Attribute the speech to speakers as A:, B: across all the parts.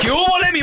A: ¿Qué hubo, le, mi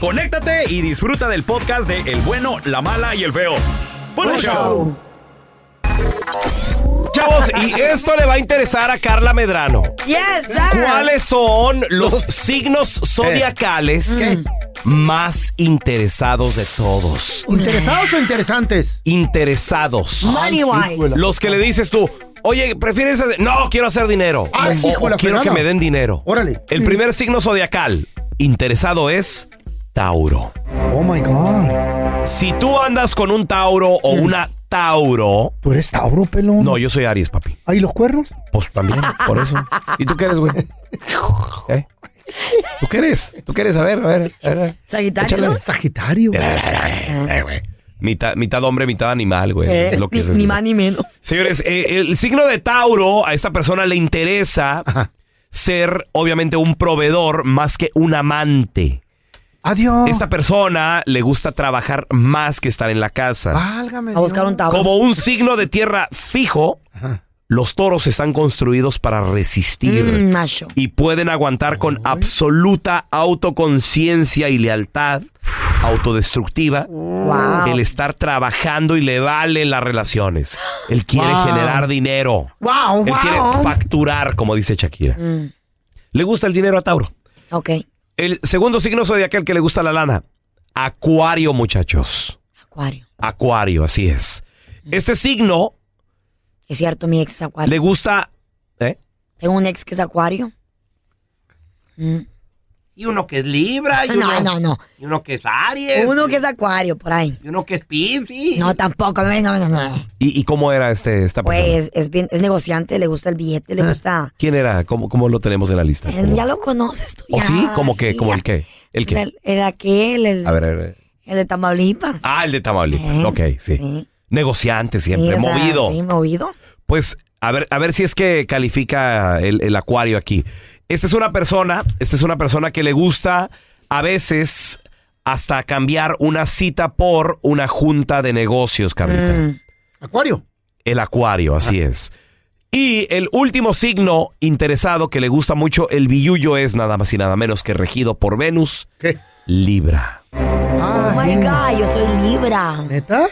A: conéctate y disfruta del podcast de El bueno, la mala y el feo. Buen
B: Buen
A: show.
B: Chavos, y esto le va a interesar a Carla Medrano.
C: Yes, sir.
B: ¿Cuáles son los signos zodiacales más interesados de todos?
D: ¿Interesados o interesantes?
B: Interesados.
D: Money wise.
B: Los que le dices tú, oye, prefieres. hacer- No, quiero hacer dinero.
D: Ay,
B: O- o
D: hijo de la
B: quiero que
D: fregada.
B: me den dinero.
D: Órale.
B: El primer signo zodiacal interesado es Tauro.
D: Oh my God.
B: Si tú andas con un Tauro o una Tauro.
D: ¿Tú eres Tauro, pelón?
B: No, yo soy Aries, papi.
D: ¿Ay, los cuernos?
B: Pues también, por eso. ¿Y tú qué eres, güey? ¿Eh? ¿Tú qué eres? ¿Tú qué eres? A ver, a ver, a ver.
C: Sagitario.
B: Échale.
D: Sagitario.
B: Mira, mira, mira, mira, eh, güey. Mitad, mitad hombre, mitad animal, güey.
C: Eh,
B: Es lo que
C: ni,
B: es esto.
C: ni más ni menos.
B: Señores, eh, el signo de Tauro, a esta persona le interesa ser, obviamente, un proveedor más que un amante.
C: Oh.
D: Adiós.
B: Esta persona le gusta trabajar más que estar en la casa.
D: Válgame.
C: A buscar un tabú.
B: Como un signo de tierra fijo, los toros están construidos para resistir
C: Mm, macho.
B: y pueden aguantar con absoluta autoconciencia y lealtad autodestructiva
C: Wow.
B: el estar trabajando y le vale las relaciones. Él quiere
D: Wow.
B: generar dinero.
D: Wow,
B: Él quiere
D: wow.
B: facturar, como dice Shakira.
C: Mm,
B: Le gusta el dinero a Tauro.
C: ok.
B: El segundo signo zodiacal que le gusta la lana. Acuario, muchachos.
C: Acuario.
B: Acuario, así es. Este signo
C: Es cierto, mi ex es acuario.
B: le gusta... ¿eh?
C: Tengo un ex que es acuario.
E: Y uno que es Libra, y,
C: No,
E: uno,
C: no, no.
E: y uno que es Aries,
C: Uno que es acuario, por ahí.
E: y uno que es Piscis.
C: No, tampoco. No, no, no. no.
B: ¿Y, y cómo era este, esta persona?
C: Güey, es, es, bien, es negociante, le gusta el billete,
B: Ah.
C: le gusta...
B: ¿Quién era? ¿Cómo, cómo lo tenemos en la lista?
C: Él ya lo conoces tú.
B: ¿O
C: ya,
B: sí? ¿Cómo qué? ¿Cómo
C: ya.
B: el qué? ¿El qué?
C: El, el aquel, el,
B: A ver, a ver.
C: el de Tamaulipas.
B: Ah, el de Tamaulipas.
C: Eh,
B: Ok, sí.
C: sí.
B: Negociante
C: Sí,
B: siempre,
C: o sea,
B: movido.
C: Sí, movido.
B: Pues, a ver, a ver si es que califica el, el acuario aquí. Esta es una persona, esta es una persona que le gusta a veces hasta cambiar una cita por una junta de negocios, Carlita.
D: Acuario.
B: El acuario, así es. Y el último signo interesado que le gusta mucho el billullo es nada más y nada menos que regido por Venus,
D: ¿Qué?
B: Libra.
C: Oh my God, yo soy Libra.
D: ¿Neta?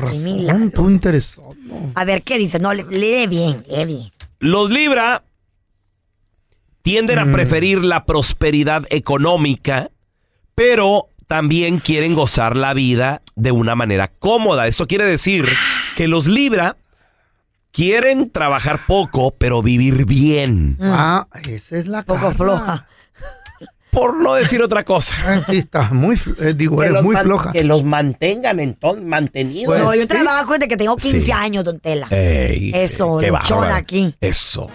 D: Con
C: milagro.
D: razón, tú interesado.
C: A ver, ¿qué dice? No, le- lee bien, lee bien.
B: Los Libra tienden
D: Mm.
B: a preferir la prosperidad económica, pero también quieren gozar la vida de una manera cómoda. Esto quiere decir que los Libra quieren trabajar poco, pero vivir bien.
D: Ah, esa es la
C: Mm. Poco
D: Carla.
C: floja.
B: por no decir otra cosa.
D: Eh, sí, está muy, fl- eh, digo,
E: Que
D: eres
E: los
D: muy
E: man-
D: floja.
E: Que los mantengan entonces, mantenidos.
D: Pues,
C: no, yo
D: sí.
C: trabajo desde que tengo 15
B: Sí. Eh.
C: años, don Tela.
B: Ey,
C: Eso,
B: qué
C: luchona
B: bárbaro.
C: aquí.
B: Eso.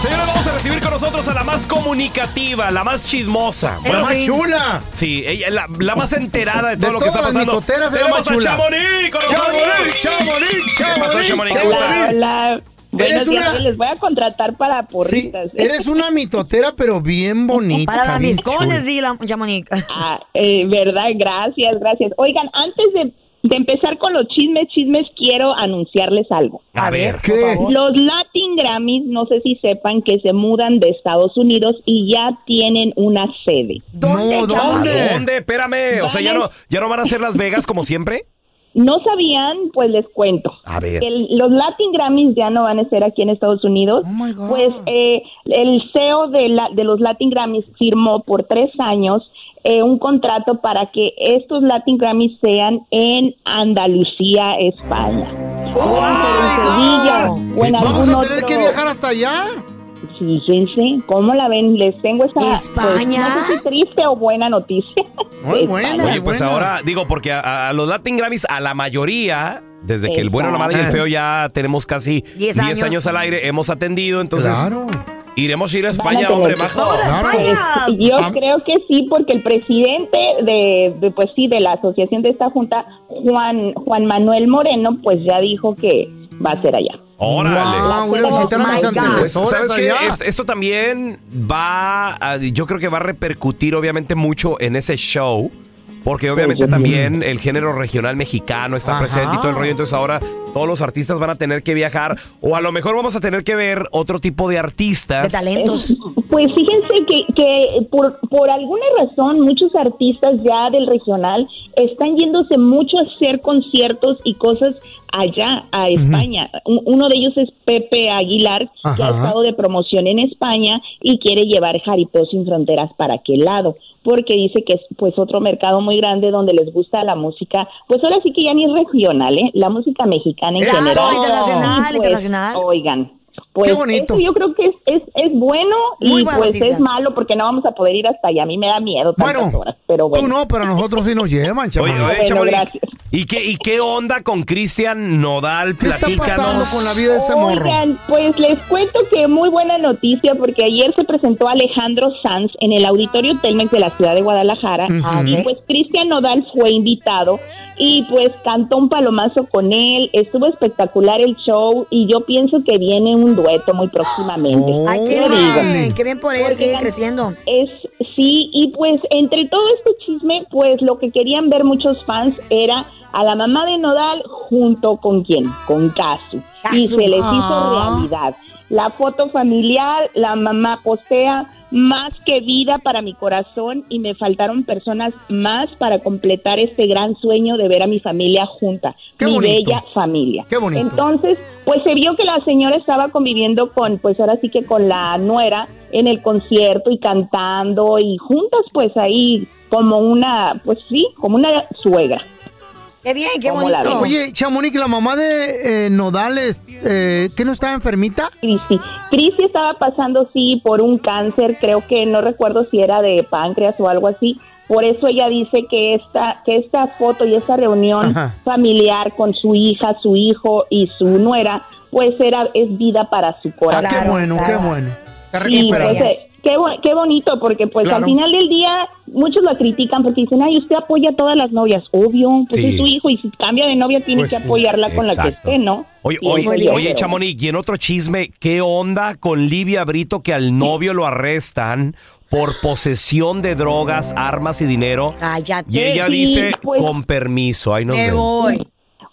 A: Señores, vamos a recibir con nosotros a la más comunicativa, la más chismosa.
D: La más chula.
A: Sí, ella, la, la más enterada de todo
D: De
A: lo que está
D: todas mis
A: pasando.
D: toteras, es la
A: Tenemos
D: más
A: a
D: chula.
A: Chamonix con nosotros. ¿Qué pasó, Chamonix? ¿Cómo
F: Hola,
A: estás?
F: hola.
D: Eres
F: Buenos días,
D: una-
F: les voy a contratar para ¿eh?
D: Sí,
F: porritas.
D: eres una mitotera, pero bien bonita.
C: Para las
D: bien
C: miscones,
D: chula.
C: sí, la chamonica.
F: Ah, eh, ¿Verdad? Gracias, gracias. Oigan, antes de, de empezar con los chismes, chismes, quiero anunciarles algo.
B: A ver.
D: ¿Qué?
F: Los Latin Grammys, no sé si sepan que se mudan de Estados Unidos y ya tienen una sede.
C: ¿Dónde,
D: No,
C: chaval?
D: ¿dónde?
A: ¿Dónde? Espérame. O sea, ya no, ya no van a ser Las Vegas como siempre.
F: No sabían, pues les cuento.
B: A ver.
F: Que el- los Latin Grammys ya no van a ser aquí en Estados Unidos.
D: Oh, my God.
F: Pues eh, el CEO de, la- de los Latin Grammys firmó por tres años eh, un contrato para que estos Latin Grammys sean en Andalucía, España.
C: Wow.
F: en Sevilla o en
D: ¡Oh, Vamos
F: algún
D: a tener
F: otro-
D: que viajar hasta allá.
F: Fíjense, ¿cómo la ven? Les tengo esta pues,
C: ¿España?
F: no sé si triste o buena noticia.
D: Muy buena.
B: Oye, pues
D: buena.
B: ahora, digo, porque a, a los Latin Grammys, a la mayoría, desde que el
F: Exacto.
B: bueno, la mala y el feo ya tenemos casi 10
C: Diez
B: años.
C: años.
B: al aire, hemos atendido, entonces
D: Claro.
B: iremos a ir a España,
F: Van a
B: hombre,
F: tener que-
B: majo.
C: ¡Vamos a
D: Claro.
C: España!
F: Este, yo
D: Am-
F: creo que sí, porque el presidente de, de, pues sí, de la asociación de esta junta, Juan, Juan Manuel Moreno, pues ya dijo que va a ser allá.
B: Órale.
D: Wow, voy a
C: Oh
D: visitar a mis
C: my God.
B: Pues,
D: antecesores
B: ¿Sabes qué?
D: allá.
B: Est- esto también va a- yo creo que va a repercutir obviamente mucho en ese show, porque obviamente también el género regional mexicano está
D: Ajá.
B: presente y todo el rollo, entonces ahora todos los artistas van a tener que viajar o a lo mejor vamos a tener que ver otro tipo de artistas.
C: De talentos.
F: Eh, pues fíjense que, que por, por alguna razón muchos artistas ya del regional están yéndose mucho a hacer conciertos y cosas allá, a España. Un- Uno de ellos es Pepe Aguilar, que ha
D: Ajá.
F: estado de promoción en España y quiere llevar Jaripeo sin fronteras para aquel lado porque dice que es pues otro mercado muy grande donde les gusta la música, pues ahora sí que ya ni es regional, ¿eh? la música mexicana en
D: ¡Claro!
F: general. Y,
C: Internacional,
F: pues,
C: internacional.
F: Oigan, pues
D: Qué bonito.
F: eso yo creo que es, es, es bueno
C: Muy
F: y
C: buena
F: pues
C: noticia.
F: es malo porque no vamos a poder ir hasta allá. A mí me da miedo tantas
D: Bueno,
F: horas, pero bueno.
D: Tú no, pero a nosotros sí nos llevan, chaval.
B: Oye, oye,
F: Bueno,
B: Chamonix,
F: gracias.
B: ¿y qué, ¿y qué onda con Cristian Nodal?
D: ¿Qué está pasando
B: Platícanos.
D: con la vida de ese morro?
F: Oigan, pues les cuento que muy buena noticia porque ayer se presentó Alejandro Sanz en el Auditorio Telmex de la ciudad de Guadalajara y pues Cristian Nodal fue invitado y pues cantó un palomazo con él, estuvo espectacular el show y yo pienso que viene un dueto muy próximamente.
D: Oh,
C: Ay, qué
F: Yo digo.
C: bien, qué bien por él,
F: Porque
C: sigue
F: gan-
C: creciendo.
F: Es sí, y pues entre todo este chisme, pues lo que querían ver muchos fans era a la mamá de Nodal junto con quién, con Casu. Y
C: Casu.
F: se les hizo
D: Ah.
F: realidad. La foto familiar, la mamá postea más que vida para mi corazón y me faltaron personas más para completar este gran sueño de ver a mi familia junta,
D: Qué
F: mi
D: bonito.
F: bella familia.
D: Qué bonito.
F: Entonces, pues se vio que la señora estaba conviviendo con, pues ahora sí que con la nuera en el concierto y cantando y juntas pues ahí como una, pues sí, como una suegra.
C: Qué bien, qué
F: ¿Cómo la
C: bonito.
F: ven?
D: Oye, Chamonix, la mamá de eh, Nodales, eh, ¿qué no estaba enfermita?
F: Cristi. Cristi estaba pasando, sí, por un cáncer, creo que no recuerdo si era de páncreas o algo así. Por eso ella dice que esta, que esta foto y esta reunión
D: Ajá.
F: familiar con su hija, su hijo y su nuera, pues era, es vida para su
D: Ah,
F: corazón.
D: qué
C: Claro,
D: bueno,
C: claro.
D: qué bueno. Está
F: Y pues,
D: recuperada.
F: eh, qué, bu- qué bonito, porque pues
D: Claro.
F: al final del día muchos la critican porque dicen, ay, usted apoya a todas las novias. Obvio, pues
B: Sí.
F: es su hijo y si cambia de novia tiene
D: Pues
F: que
D: sí,
F: apoyarla con la que
B: exacto.
F: esté, ¿no?
B: Oye,
F: Y
B: oye,
F: eso yo
B: oye,
F: creo.
B: Chamonix, y en otro chisme, ¿qué onda con Livia Brito que al novio lo arrestan por posesión de drogas, armas y dinero?
C: Cállate.
B: Y ella
F: Sí,
B: dice,
F: pues-
B: con permiso, ahí nos
C: Me
B: vemos.
C: voy.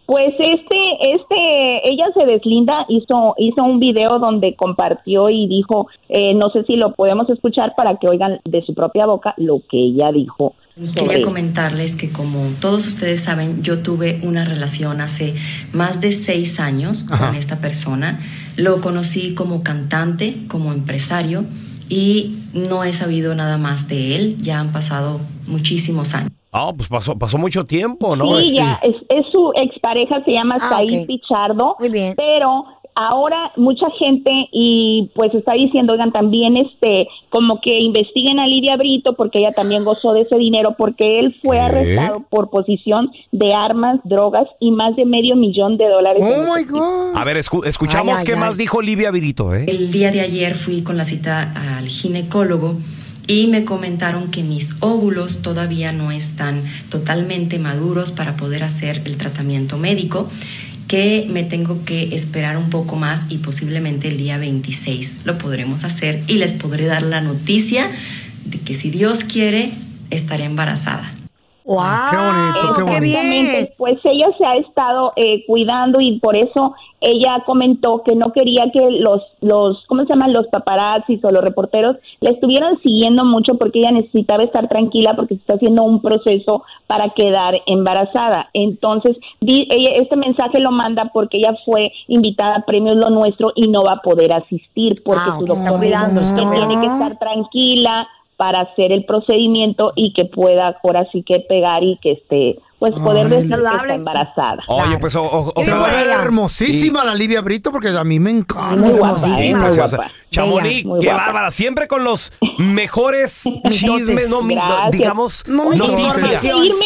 F: Pues este, este, ella se deslinda, hizo, hizo un video donde compartió y dijo, eh, no sé si lo podemos escuchar para que oigan de su propia boca lo que ella dijo. sobre
G: Quería
F: él.
G: comentarles que como todos ustedes saben, yo tuve una relación hace más de seis años con
D: Ajá.
G: esta persona. Lo conocí como cantante, como empresario y no he sabido nada más de él. Ya han pasado muchísimos años.
B: Ah, pues pasó, pasó mucho tiempo, ¿no?
F: sí,
B: Este,
F: ya, es, es su expareja, se llama
C: Ah,
F: Said
C: ok.
F: Pichardo.
C: Muy bien.
F: Pero ahora mucha gente y pues está diciendo, oigan, también este, como que investiguen a Lidia Brito porque ella también gozó de ese dinero porque él fue arrestado por posición de armas, drogas y más de medio millón de dólares. en
D: Oh,
F: este
D: my
B: A ver, escu- escuchamos
G: Ay, ay,
B: qué
G: ay.
B: más dijo Livia Virito, ¿eh?
G: El día de ayer fui con la cita al ginecólogo y me comentaron que mis óvulos todavía no están totalmente maduros para poder hacer el tratamiento médico, que me tengo que esperar un poco más y posiblemente el día 26 lo podremos hacer y les podré dar la noticia de que si Dios quiere estaré embarazada.
C: ¡Wow!
D: ¡Qué bonito, qué bonito!
F: Exactamente, Pues ella se ha estado eh, cuidando y por eso ella comentó que no quería que los, los, ¿cómo se llaman? Los paparazzis o los reporteros la estuvieran siguiendo mucho porque ella necesitaba estar tranquila porque se está haciendo un proceso para quedar embarazada. Entonces, di- ella, este mensaje lo manda porque ella fue invitada a Premios Lo Nuestro y no va a poder asistir porque
C: Ah,
F: su
C: ok, está
F: doctor dijo
C: cuidando, está
F: que tiene
C: cuidando.
F: que estar tranquila para hacer el procedimiento y que pueda ahora sí que pegar y que esté pues poder
D: Ay.
F: decir que
C: Saludable.
F: está embarazada.
B: Oye, pues, o- o-
D: Se
B: ojalá-
D: va a ver hermosísima la Livia Brito porque a mí me encanta.
F: Muy guapa,
B: Sí,
F: ¿eh? muy
B: preciosa.
F: guapa.
B: Chamonix,
F: Muy
B: qué
F: guapa.
B: bárbara. Siempre con los mejores chismes, no, mi- no,
F: Gracias.
B: digamos,
D: No me
B: noticias.
F: Antes de irme,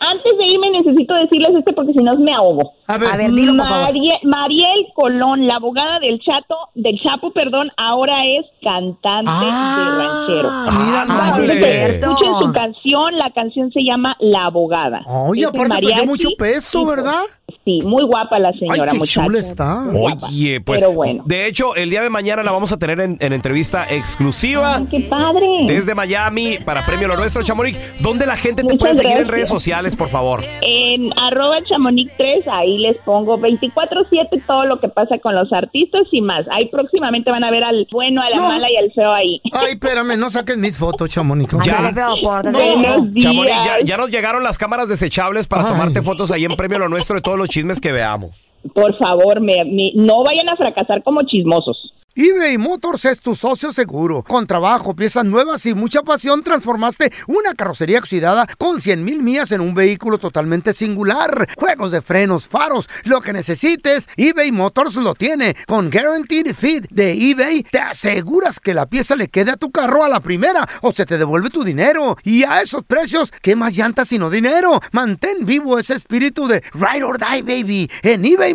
F: antes de irme necesito decirles este porque si no me ahogo.
D: A ver,
C: A ver, dilo, por favor.
F: Marie- Mariel Colón, la abogada del Chato, del Chapo, perdón, ahora es cantante
D: Ah,
F: de ranchero.
D: mira
C: Ah,
D: nomás.
C: sí, es
B: Ándale.
C: cierto.
F: Escuchen su canción, la canción se llama La Abogada.
D: Oye,
F: Es un
D: aparte perdió
F: mariachi
D: mucho peso,
F: y, pues,
D: ¿verdad?
F: Sí, muy guapa la señora,
D: qué
F: muchacha.
D: chula está.
F: Muy guapa.
B: Oye, pues,
F: Pero bueno.
B: de hecho, el día de mañana la vamos a tener en, en entrevista exclusiva
F: Ay, ¡Qué padre!
B: desde Miami para Premio Lo Nuestro, Chamonix. ¿Dónde la gente te
F: Muchas
B: puede seguir en
F: gracias.
B: redes sociales, por favor?
F: En arroba chamonix 3, ahí les pongo 24-7 todo lo que pasa con los artistas y más. Ahí próximamente van a ver al bueno, a la
D: No.
F: mala y al feo ahí.
D: Ay, espérame, no saques mis fotos, chamónico.
B: Ya.
C: Ándale, feo, pórtate bien.
F: Buenos días.
B: Chamonix, ya, ya nos llegaron las cámaras desechables para
D: Ay.
B: tomarte fotos ahí en Premio Lo Nuestro de todos los chismes que veamos.
F: Por favor, me- me- no vayan a fracasar como chismosos.
D: eBay Motors es tu socio seguro. Con trabajo, piezas nuevas y mucha pasión, transformaste una carrocería oxidada con 100 mil millas en un vehículo totalmente singular. Juegos de frenos, faros, lo que necesites, eBay Motors lo tiene. Con Guaranteed Fit de eBay, te aseguras que la pieza le quede a tu carro a la primera o se te devuelve tu dinero. Y a esos precios, ¿qué más llantas sino dinero? Mantén vivo ese espíritu de Ride or Die, baby, en eBay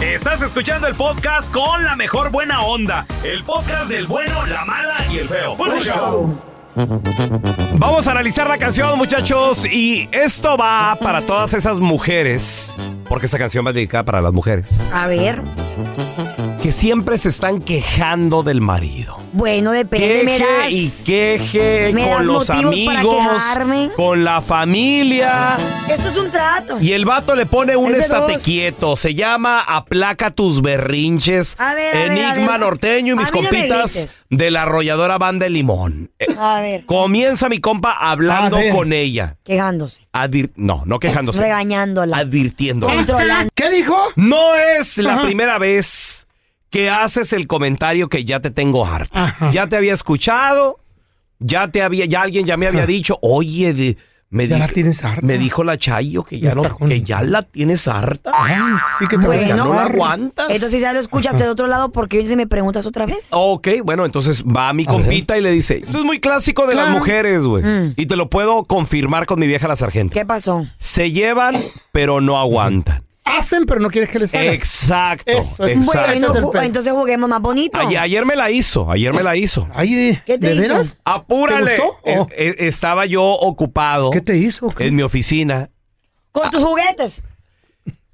A: Estás escuchando el podcast con la mejor buena onda. El podcast del bueno, la mala y el feo. Bueno, show.
B: Vamos a analizar la canción, muchachos. Y esto va para todas esas mujeres. Porque esta canción va dedicada para las mujeres.
C: A ver,
B: Que siempre se están quejando del marido.
C: bueno, depende, me
B: Queje
C: das-
B: y queje
C: me das
B: con los
C: motivos para
B: amigos,
C: quejarme.
B: con la familia.
C: Esto es un trato.
B: Y el vato le pone un
C: Es de
B: estate
C: dos.
B: quieto. Se llama Aplaca tus berrinches.
C: A ver, a ver,
B: Enigma
C: a ver.
B: norteño y
C: A
B: mis
C: mí no me
B: compitas
C: grites.
B: de la arrolladora banda de limón. Eh,
C: A ver,
B: Comienza mi compa hablando
D: A ver.
B: con ella.
C: quejándose,
B: Advir- no, no quejándose.
C: regañándola,
B: Advirtiéndola.
C: controlando.
D: ¿Qué dijo?
B: No es la
D: Ajá.
B: primera vez que haces el comentario que ya te tengo harto.
D: Ajá.
B: Ya te había escuchado, ya te había, ya alguien ya me había dicho, oye, de- me,
D: Ya la
B: dijo-
D: tienes harta.
B: me dijo la Chayo que ya,
D: Los
B: no,
D: tacones.
B: que ya la tienes harta.
D: Ay, sí que te voy a
B: que ya
C: Bueno.
B: no la
D: ganar.
B: aguantas. Oh.
C: Entonces ya lo escuchas de otro lado porque hoy se me preguntas otra vez.
B: Ok, bueno, entonces va mi compita y le dice, esto es muy clásico de las
D: Claro.
B: mujeres, güey.
C: Mm.
B: Y te lo puedo confirmar con mi vieja la sargento.
C: ¿Qué pasó?
B: Se llevan, pero no aguantan.
D: Hacen, pero no quieres que les hagas.
B: Exacto.
D: Eso es.
B: exacto.
D: Ese
C: Bueno,
D: es el
C: ju-
D: pedo.
C: entonces juguemos más bonito.
B: Ayer, ayer me la hizo, ayer me la hizo.
D: Ay, de,
C: ¿Qué te
D: ¿de
C: hizo?
D: veras?
B: Apúrale.
D: ¿Te gustó?
B: Eh,
D: Oh.
B: eh, estaba yo ocupado
D: ¿Qué te hizo? ¿Qué?
B: en mi oficina.
C: Con tus juguetes.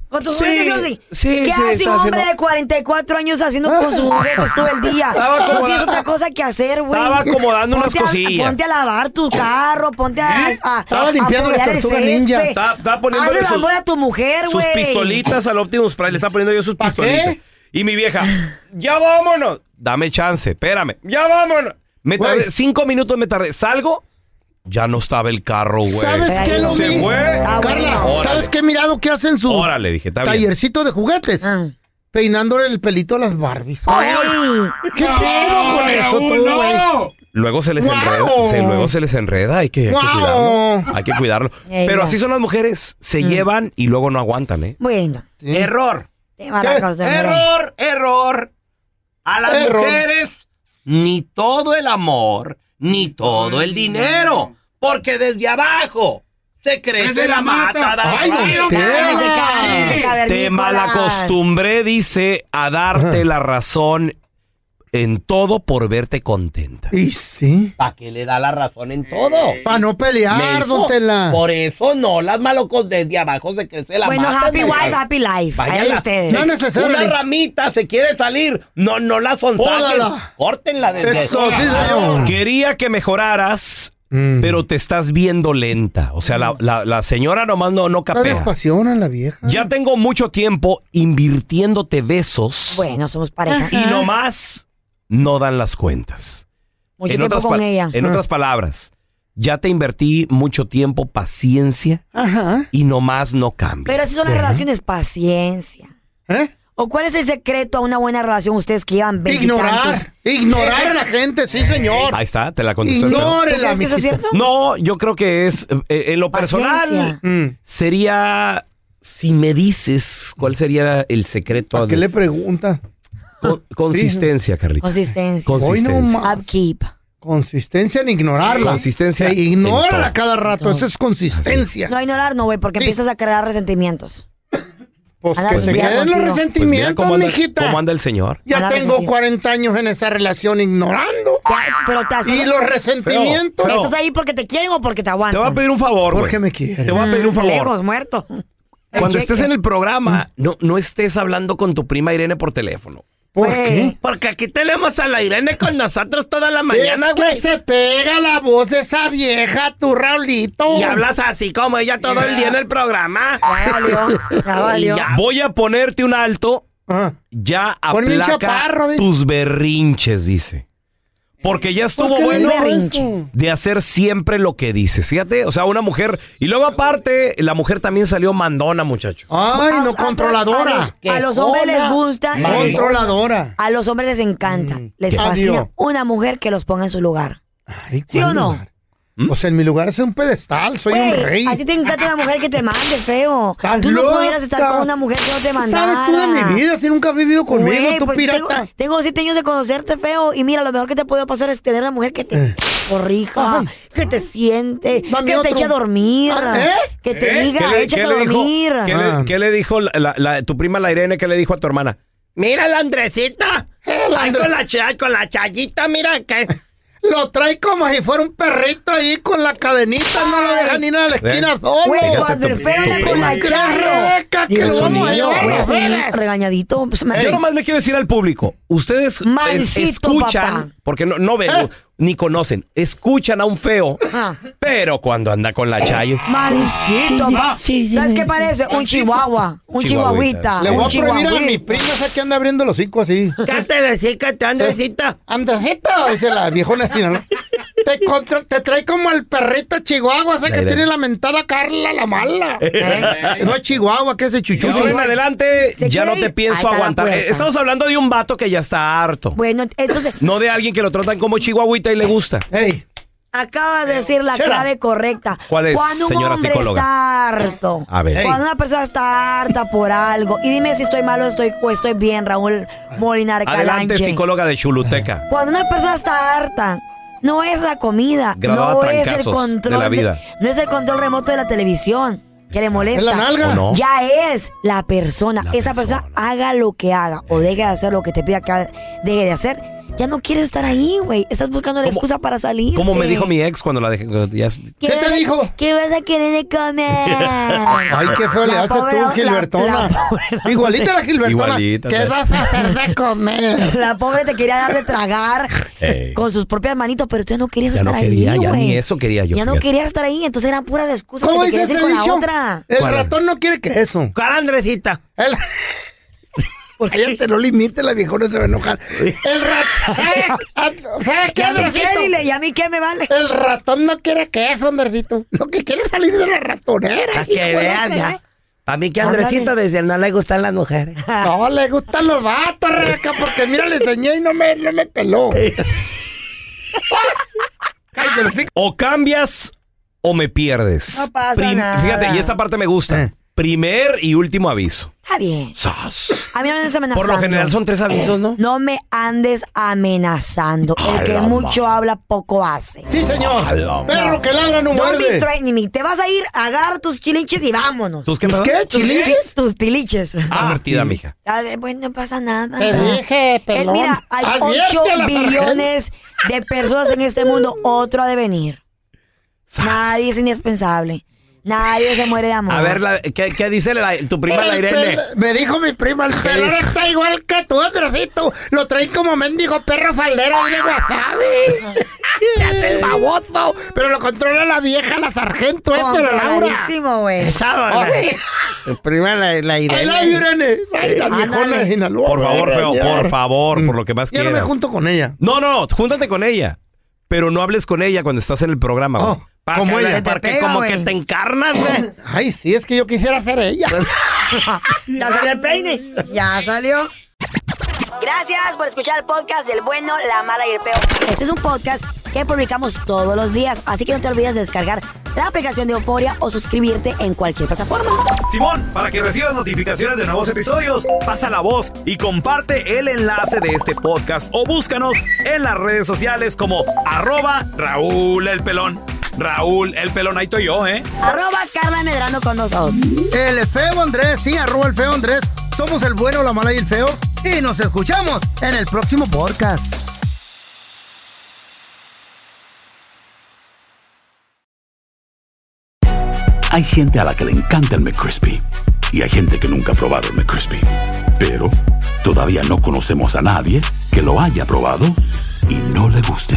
C: Con tus
B: Ah. Sí,
C: juguetes, yo sí.
B: sí,
C: ¿Qué
B: sí,
C: hace
B: está
C: un hombre
B: haciendo-
C: de 44 años haciendo con sus juguetes todo el día?
B: Estaba
C: No
B: acomodando-
C: tienes otra cosa que hacer, güey.
B: Estaba acomodando unas
C: Ponte a-
B: cosillas.
C: Ponte a lavar tu carro, ponte a. a-
D: Estaba
C: a
D: limpiando las
C: apoyar el
D: tortugas
C: césped.
D: ninjas.
B: Estaba- estaba poniéndole
C: Hazle el
B: sus-
C: amor a tu mujer,
B: sus
C: güey.
B: pistolitas al Optimus Prime. Le está poniendo yo sus
D: ¿Pa'
B: pistolitas.
D: qué?
B: Y mi vieja, ya vámonos. Dame chance, espérame. Ya vámonos. Me tardé, cinco minutos me tardé. Salgo, ya no estaba el carro, güey.
D: ¿Sabes qué lo
B: Se
D: mi-
B: fue.
D: Carla,
B: Órale.
D: ¿sabes qué mirado que hacen su
B: Órale, dije, está bien.
D: tallercito de juguetes?
C: Ah.
D: Peinándole el pelito a las Barbies. ¿Qué pedo con eso tú, güey?
B: Luego se les
D: ¡Guau!
B: enreda, se- luego se les enreda, hay que, hay que
D: ¡Guau!
B: cuidarlo. Hay que cuidarlo.
C: Ey,
B: Pero
C: ya.
B: así son las mujeres,
D: Mm.
B: se llevan y luego no aguantan, ¿eh?
C: Bueno.
B: Error.
C: Te van a
B: ¿Qué?
C: causar-
B: Error, error. A las
C: Error.
B: mujeres, ni todo el amor, ni todo el dinero, porque desde abajo se crece la mata.
C: Ay, don Tela. Cálmese, cálmese,
B: Te
C: cavernícolas.
B: malacostumbré, dice, a darte la razón en todo por verte contenta.
D: Y sí.
B: ¿Para qué le da la razón en todo?
D: Para no pelear, don Tela.
E: Por eso no, las malocos desde abajo se crece la
C: Bueno,
E: mata,
C: happy
E: me-
C: wife, happy life.
E: Vaya
C: Ahí
E: la-
C: ustedes.
E: Una ramita se quiere salir. No, no la son.
C: Pódala.
E: Córtenla desde
C: Eso, sí, Mm. señor.
B: Quería que mejoraras, pero te estás viendo lenta. O sea, la, la- la señora nomás no, no
D: Está
B: capea.
D: despasiona la vieja.
B: Ya tengo mucho tiempo invirtiéndote besos.
C: Bueno, somos pareja.
B: Y nomás no dan las cuentas.
C: Mucho tiempo con
B: pa-
C: ella.
B: en
C: Ah.
B: otras palabras, ya te invertí mucho tiempo, paciencia
D: Ajá.
B: y nomás no cambia.
C: Pero si son las relaciones, paciencia.
D: ¿Eh?
C: ¿O cuál es el secreto a una buena relación ustedes que llevan 20
D: Ignorar. Ignorar a la gente, sí, señor.
B: Ahí está, te la contesté.
D: Ignórela,
C: ¿Tú crees que eso es
D: mijito.
C: cierto?
B: No, yo creo que es, eh, en lo personal,
C: Paciencia.
D: Mm.
B: sería, si me dices cuál sería el secreto.
D: ¿Para qué
B: de-
D: le pregunta?
B: Con- consistencia, Carlita.
C: Consistencia.
B: Consistencia.
D: Hoy no más.
C: Upkeep.
D: Consistencia en ignorarla.
B: Consistencia
D: Se
B: en todo.
D: ignora cada rato. Eso es consistencia.
C: No ignorar, no, güey, porque empiezas a crear resentimientos.
D: Pues
C: Anda,
D: que
C: pues
D: se
C: mira
D: queden los
C: contigo.
B: Pues mira
D: resentimientos,
B: cómo, anda,
D: mijita.
B: cómo anda el señor.
D: Ya
C: Anda
D: tengo
C: resentido.
D: 40 años en esa relación ignorando.
C: Pero te has-
D: Y los resentimientos.
B: Feo, feo.
C: ¿Estás ahí porque te quieren o porque te
B: Te voy a
C: aguantan?
B: pedir un favor, güey.
D: Porque me quiere.
B: Te voy a pedir un favor.
C: Ah, Lejos, muerto.
B: Cuando
C: Cheque.
B: estés en el programa, no, no estés hablando con tu prima Irene por teléfono.
D: ¿Por
C: Güey.
D: qué?
E: Porque aquí tenemos a la Irene con nosotros toda la mañana,
D: es que
E: güey.
D: se pega la voz de esa vieja, tu Raulito.
E: Y hablas así como ella todo el día en el programa.
C: Ya valió, ya valió.
E: Ya.
B: Voy a ponerte un alto.
D: Ah,
B: Ya
D: Ponme un
B: aplaca
D: chaparro, dice.
B: tus berrinches, dice. Porque ya estuvo
D: ¿por qué le
B: bueno
D: digo
C: berrinche.
D: eso?
B: de hacer siempre lo que dices. Fíjate, o sea, una mujer. Y luego aparte, la mujer también salió mandona, muchacho.
D: Ay,
C: A-
D: no,
C: a-
D: controladora.
C: A los, a los hombres les gusta.
D: Controladora.
C: A los hombres les encanta. Les
D: Mm, ¿Qué?
C: fascina
D: Adiós.
C: una mujer que los ponga en su lugar.
D: Ay,
C: ¿Sí
D: ¿cuál
C: o no?
D: lugar? Pues en mi lugar es un pedestal, soy un
C: Güey,
D: rey.
C: A ti te encanta una mujer que te mande, feo.
D: Estás
C: Tú no
D: loca.
C: pudieras estar con una mujer que no te
D: ¿Qué
C: mandara.
D: ¿Sabes tú de mi vida si nunca has vivido conmigo,
C: Güey,
D: tú
C: pues
D: pirata?
C: Tengo, tengo siete años de conocerte, feo. Y mira, lo mejor que te puede pasar es tener una mujer que te corrija,
D: Ay.
C: que te siente,
D: Eh. Dame
C: que
D: otro.
C: te eche a dormir,
D: Ah, ¿eh?
C: que te
B: ¿Eh?
C: diga,
B: ¿Qué le-
C: échate
B: qué
C: a
B: le dijo-
C: dormir.
B: ¿Qué,
D: Ah.
B: le, qué le dijo la- la- la- tu prima la Irene? ¿Qué le dijo a tu hermana?
E: Mira la Andresita.
D: Eh,
E: Ay, con la, ch- ay, con la chayita, mira que.
D: Lo trae como si fuera un perrito ahí con la cadenita, no lo deja ni en la esquina solo.
C: Güey,
B: Fíjate
C: cuando
B: tu-
C: el feo
B: tu
C: anda con
B: prima.
C: la
D: ¡Qué
C: charro.
D: reca que
B: Es
D: lo
B: un
D: vamos a
B: niño,
D: llevar a
B: güey.
D: Las Vegas!
C: Regañadito. pues, me-
B: Yo nomás le quiero decir al público, ustedes es-
C: Mancito,
B: escuchan,
C: papá.
B: porque no, no ven,
D: ¿Eh?
B: ni conocen, escuchan a un feo,
C: Ah.
B: pero cuando anda con la chayo,
C: Marisito, pa. ¿Sabes qué parece? Un chihuahua, un
B: Chihuahuita.
C: chihuahuita,
D: Le
C: un
D: voy a prohibir a
C: chihuahuita.
D: mi prima esa que anda abriendo los hocico así.
E: Cántale, sí, cántale, Andresita.
D: Andresita, dice la viejona de Sinaloa. Te, contra- te trae como al perrito Chihuahua, esa que
B: Mira.
D: tiene la mentada Carla la mala.
E: Eh.
D: No es Chihuahua, que es el
B: yo
D: chuchú.
B: en adelante
C: ¿Se
B: ya
C: quiere
B: no
C: ir?
B: te
C: Ahí
B: pienso
C: está la
B: aguantar.
C: puerta.
B: Eh, Estamos hablando de un vato que ya está harto,
C: Bueno, entonces,
B: no de alguien que lo tratan como chihuahuita y le gusta.
D: Ey,
C: Acabas de decir la
D: Chela.
C: clave correcta.
B: ¿Cuál es,
C: Cuando un
B: señora
C: hombre
B: psicóloga?
C: está harto.
B: A ver.
C: Cuando una persona está harta por algo. Y dime si estoy mal o estoy, o estoy bien, Raúl Molinar
B: Adelante,
C: Calanche.
B: psicóloga de Chuluteca.
C: Cuando una persona está harta, no es la comida.
B: Grabada
C: no es el
B: trancazos
C: control.
B: de la vida.
C: no es el control remoto de la televisión que le molesta.
D: es la nalga.
B: ¿O no?
C: Ya es la persona.
B: La
C: Esa persona.
B: persona.
C: haga lo que haga o deje de hacer lo que te pida que ha- deje de hacer. Ya no quieres estar ahí, güey. Estás buscando la
B: ¿Cómo-
C: excusa para salir.
B: Como me dijo mi ex cuando la dejé. ya-
D: ¿Qué te
C: vas a-
D: dijo?
C: ¿Qué vas a querer de comer?
D: Ay, qué feo le
C: La
D: haces
C: pobre
D: tú,
C: la-
D: Gilbertona.
C: la pobre-
D: Igualita la Gilbertona.
B: Igualita,
D: ¿Qué
B: tal.
D: vas a hacer de comer?
C: La pobre te quería dar de tragar
B: Ey.
C: con sus propias manitos, pero tú ya no querías
B: Ya no
C: estar
B: quería,
C: ahí,
B: ya
C: güey.
B: ni eso quería yo,
C: Ya no
B: fíjate.
C: querías estar ahí, entonces eran puras excusas que
D: ¿Cómo
C: te
D: dice
C: querías ir
D: ese
C: con la
D: dicho?
C: otra.
D: El
B: ¿Cuál?
D: ratón no quiere que eso.
E: ¿Cuál Andresita?
D: El- Cállate, no limites, las viejones se va a enojar. El ratón. ¿Sabes
C: ¿Y
D: qué,
C: a mí qué?
D: Andresito?
C: Dile, ¿y a mí qué me vale?
D: El ratón no quiere que eso, Andresito. Lo que quiere es salir de la ratonera.
H: Para que
D: hijo de
H: veas,
D: la-
H: ya. A mí que
D: Ándale.
H: Andresito desde no le gustan las mujeres.
D: No, le gustan los vatos, Rebeca, porque mira, le enseñé y no me, no me peló.
B: O cambias o me pierdes.
C: No pasa nada.
B: Fíjate, y esta parte me gusta. Primer y último aviso.
C: Está bien.
B: Eh. ¡Sas!
C: A mí no me andes amenazando.
B: Por lo general son tres avisos, ¿no?
C: No me andes amenazando. El
B: A
C: que
B: la
C: mucho habla, poco hace.
D: Sí, señor. A la Perro que ladra no
C: Don't
D: muerde.
C: be threatening me. Te vas a ir, agarra tus chilinches y vámonos. ¿Eh?
B: ¿Tus qué, ¿Tus perdón? Pues, qué,
D: chiliches?
C: Tus tiliches.
B: Ah, Divertida, mija.
C: A ver, Bueno, no pasa nada. Eh,
D: Te dije, pelón.
C: mira, hay
D: Advierte
C: 8
D: a la
C: billones de personas en este mundo. Otro ha de venir. Nadie es indispensable. Nadie se muere de amor.
B: A ver, la- ¿qué, qué dice la- tu prima, la
C: Este
D: El
B: Irene?
D: pel- Me dijo mi prima, el pelón está igual que tú, Andresito. Lo traen como mendigo perro faldero de wasabi. Te hace el baboso. Pero lo controla la vieja, la sargento, esta, la Laura.
C: Controladísimo, güey.
D: Oye,
H: Prima la, la
D: I
H: Irene.
D: love you, Irene. Ay, la viejona de Sinaloa.
B: Por favor, feo,
D: Señor.
B: por favor, por lo que más
D: Yo no me
B: quieras.
D: junto con ella.
B: No, no, júntate con ella. Pero no hables con ella cuando estás en el programa, güey. Para
D: como
B: que-
D: ella.
B: para
D: Te
B: que
D: pega,
B: como
D: güey.
B: que te encarnas, güey.
D: Ay, sí, es que yo quisiera ser ella.
C: ¿Ya salió el peine? Ya salió. Gracias por escuchar el podcast del bueno, la mala y el peo. Este es un podcast que publicamos todos los días, así que no te olvides de descargar la aplicación de Euforia o suscribirte en cualquier plataforma.
A: Simón, para que recibas notificaciones de nuevos episodios, pasa la voz y comparte el enlace de este podcast o búscanos en las redes sociales como arroba Raúl el Pelón. Raúl el Pelón, ahí estoy yo, ¿eh?
C: Arroba Carla Medrano con nosotros.
D: El feo Andrés, sí, arroba el feo Andrés. Somos el bueno, la mala y el feo. Y nos escuchamos en el próximo podcast.
I: Hay gente a la que le encanta el McCrispy y hay gente que nunca ha probado el McCrispy. Pero todavía no conocemos a nadie que lo haya probado y no le guste.